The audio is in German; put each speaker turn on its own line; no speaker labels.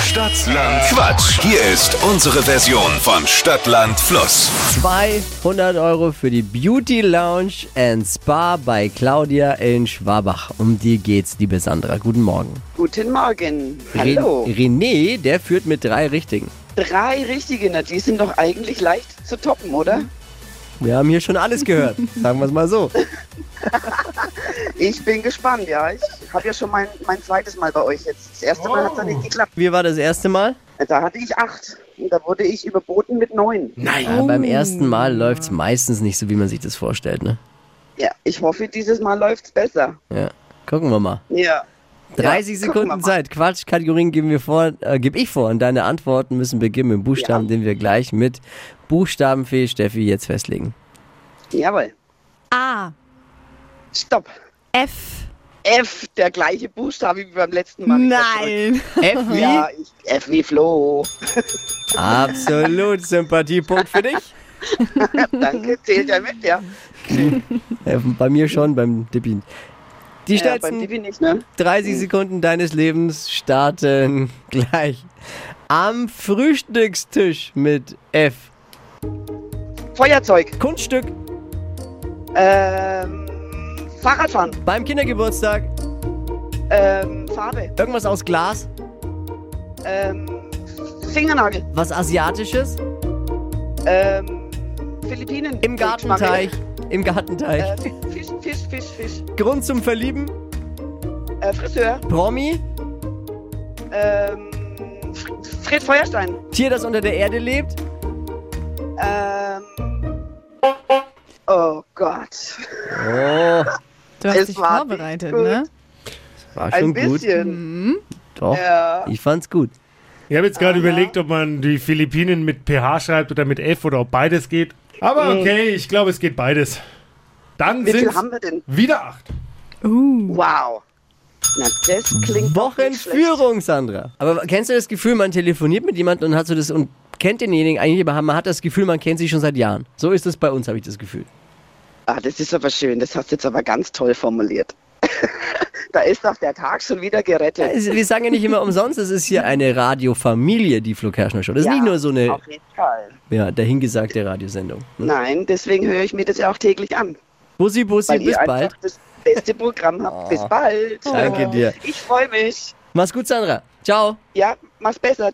Stadtland Quatsch. Hier ist unsere Version von Stadtland Fluss.
200 Euro für die Beauty Lounge and Spa bei Claudia in Schwabach. Um die geht's, liebe Sandra. Guten Morgen.
Guten Morgen.
Ren-
Hallo.
René, der führt mit drei Richtigen.
Drei richtige, na, die sind doch eigentlich leicht zu toppen, oder?
Wir haben hier schon alles gehört. Sagen wir es mal so.
Ich bin gespannt, ja. Ich habe ja schon mein, mein zweites Mal bei euch jetzt. Das erste Mal hat es ja
Oh.
nicht geklappt. Also,
Wie war das erste Mal?
Da hatte ich acht und da wurde ich überboten mit neun.
Ja, beim ersten Mal läuft's meistens nicht so, wie man sich das vorstellt. Ne?
Ja, ich hoffe, dieses Mal läuft es besser.
Ja. Gucken wir mal.
Ja.
30
Ja, gucken wir
Sekunden
mal.
Zeit. Quatsch, Kategorien geben wir vor, äh, gebe ich vor. Und deine Antworten müssen beginnen mit Buchstaben, den wir gleich mit Buchstabenfee Steffi jetzt festlegen.
Jawohl.
A,
Stopp.
F.
F, der gleiche Buchstabe wie beim letzten Mal. Ich hab zurück-
Nein.
F wie?
Ja, ich, F wie Flo.
Absolut Sympathiepunkt für dich.
Danke, zählt ja mit, ja.
Äh, Bei mir schon, beim Dippin. Die
ja beim
schnellsten
Divi nicht, ne?
30 Sekunden deines Lebens starten gleich. Am Frühstückstisch mit F.
Feuerzeug.
Kunststück
Ähm, Fahrradfahren.
beim Kindergeburtstag.
Ähm, Farbe.
Irgendwas aus Glas.
Ähm, Fingernagel.
Was Asiatisches.
Ähm, Philippinen.
Im Gartenteich. Im Gartenteich.
Äh, Fisch, Fisch, Fisch, Fisch.
Grund zum Verlieben.
Äh, Friseur.
Promi.
Ähm, Fr- Fred Feuerstein.
Tier, das unter der Erde lebt.
Ähm, oh Gott.
Oh,
Du hast
Es
dich
war
vorbereitet,
nicht gut.
ne?
war
Ein
schon gut. Hm.
bisschen. äh,
Doch,
Ja.
ich fand's gut.
Ich habe jetzt gerade überlegt, ob man die Philippinen mit PH schreibt oder mit F oder ob beides geht. Aber okay, ich glaube, es geht beides. Dann
Wie viel
sind
haben wir denn?
wieder acht.
Wow. Na, das klingt doch nicht schlecht.
Wochenführung, Sandra. Aber kennst du das Gefühl, man telefoniert mit jemandem und hat so das und kennt denjenigen eigentlich, aber man hat das Gefühl, man kennt sich schon seit Jahren. So ist es bei uns, habe ich das Gefühl.
Ah, das ist aber schön. Das hast du jetzt aber ganz toll formuliert. da ist doch der Tag schon wieder gerettet.
Es- Wir sagen ja nicht immer umsonst, es ist hier eine Radiofamilie, die Flo Kerschner Show. Das ist
Ja,
nicht nur so eine Hm?
Auf jeden Fall.
ja, dahingesagte Radiosendung.
Nein, deswegen höre ich mir das ja auch täglich an.
Bussi, Bussi,
Weil
bis
ihr einfach
bald. Ah.
das beste Programm habt. Bis bald.
Danke dir.
Ich freue mich.
Mach's gut, Sandra. Ciao.
Ja, mach's besser.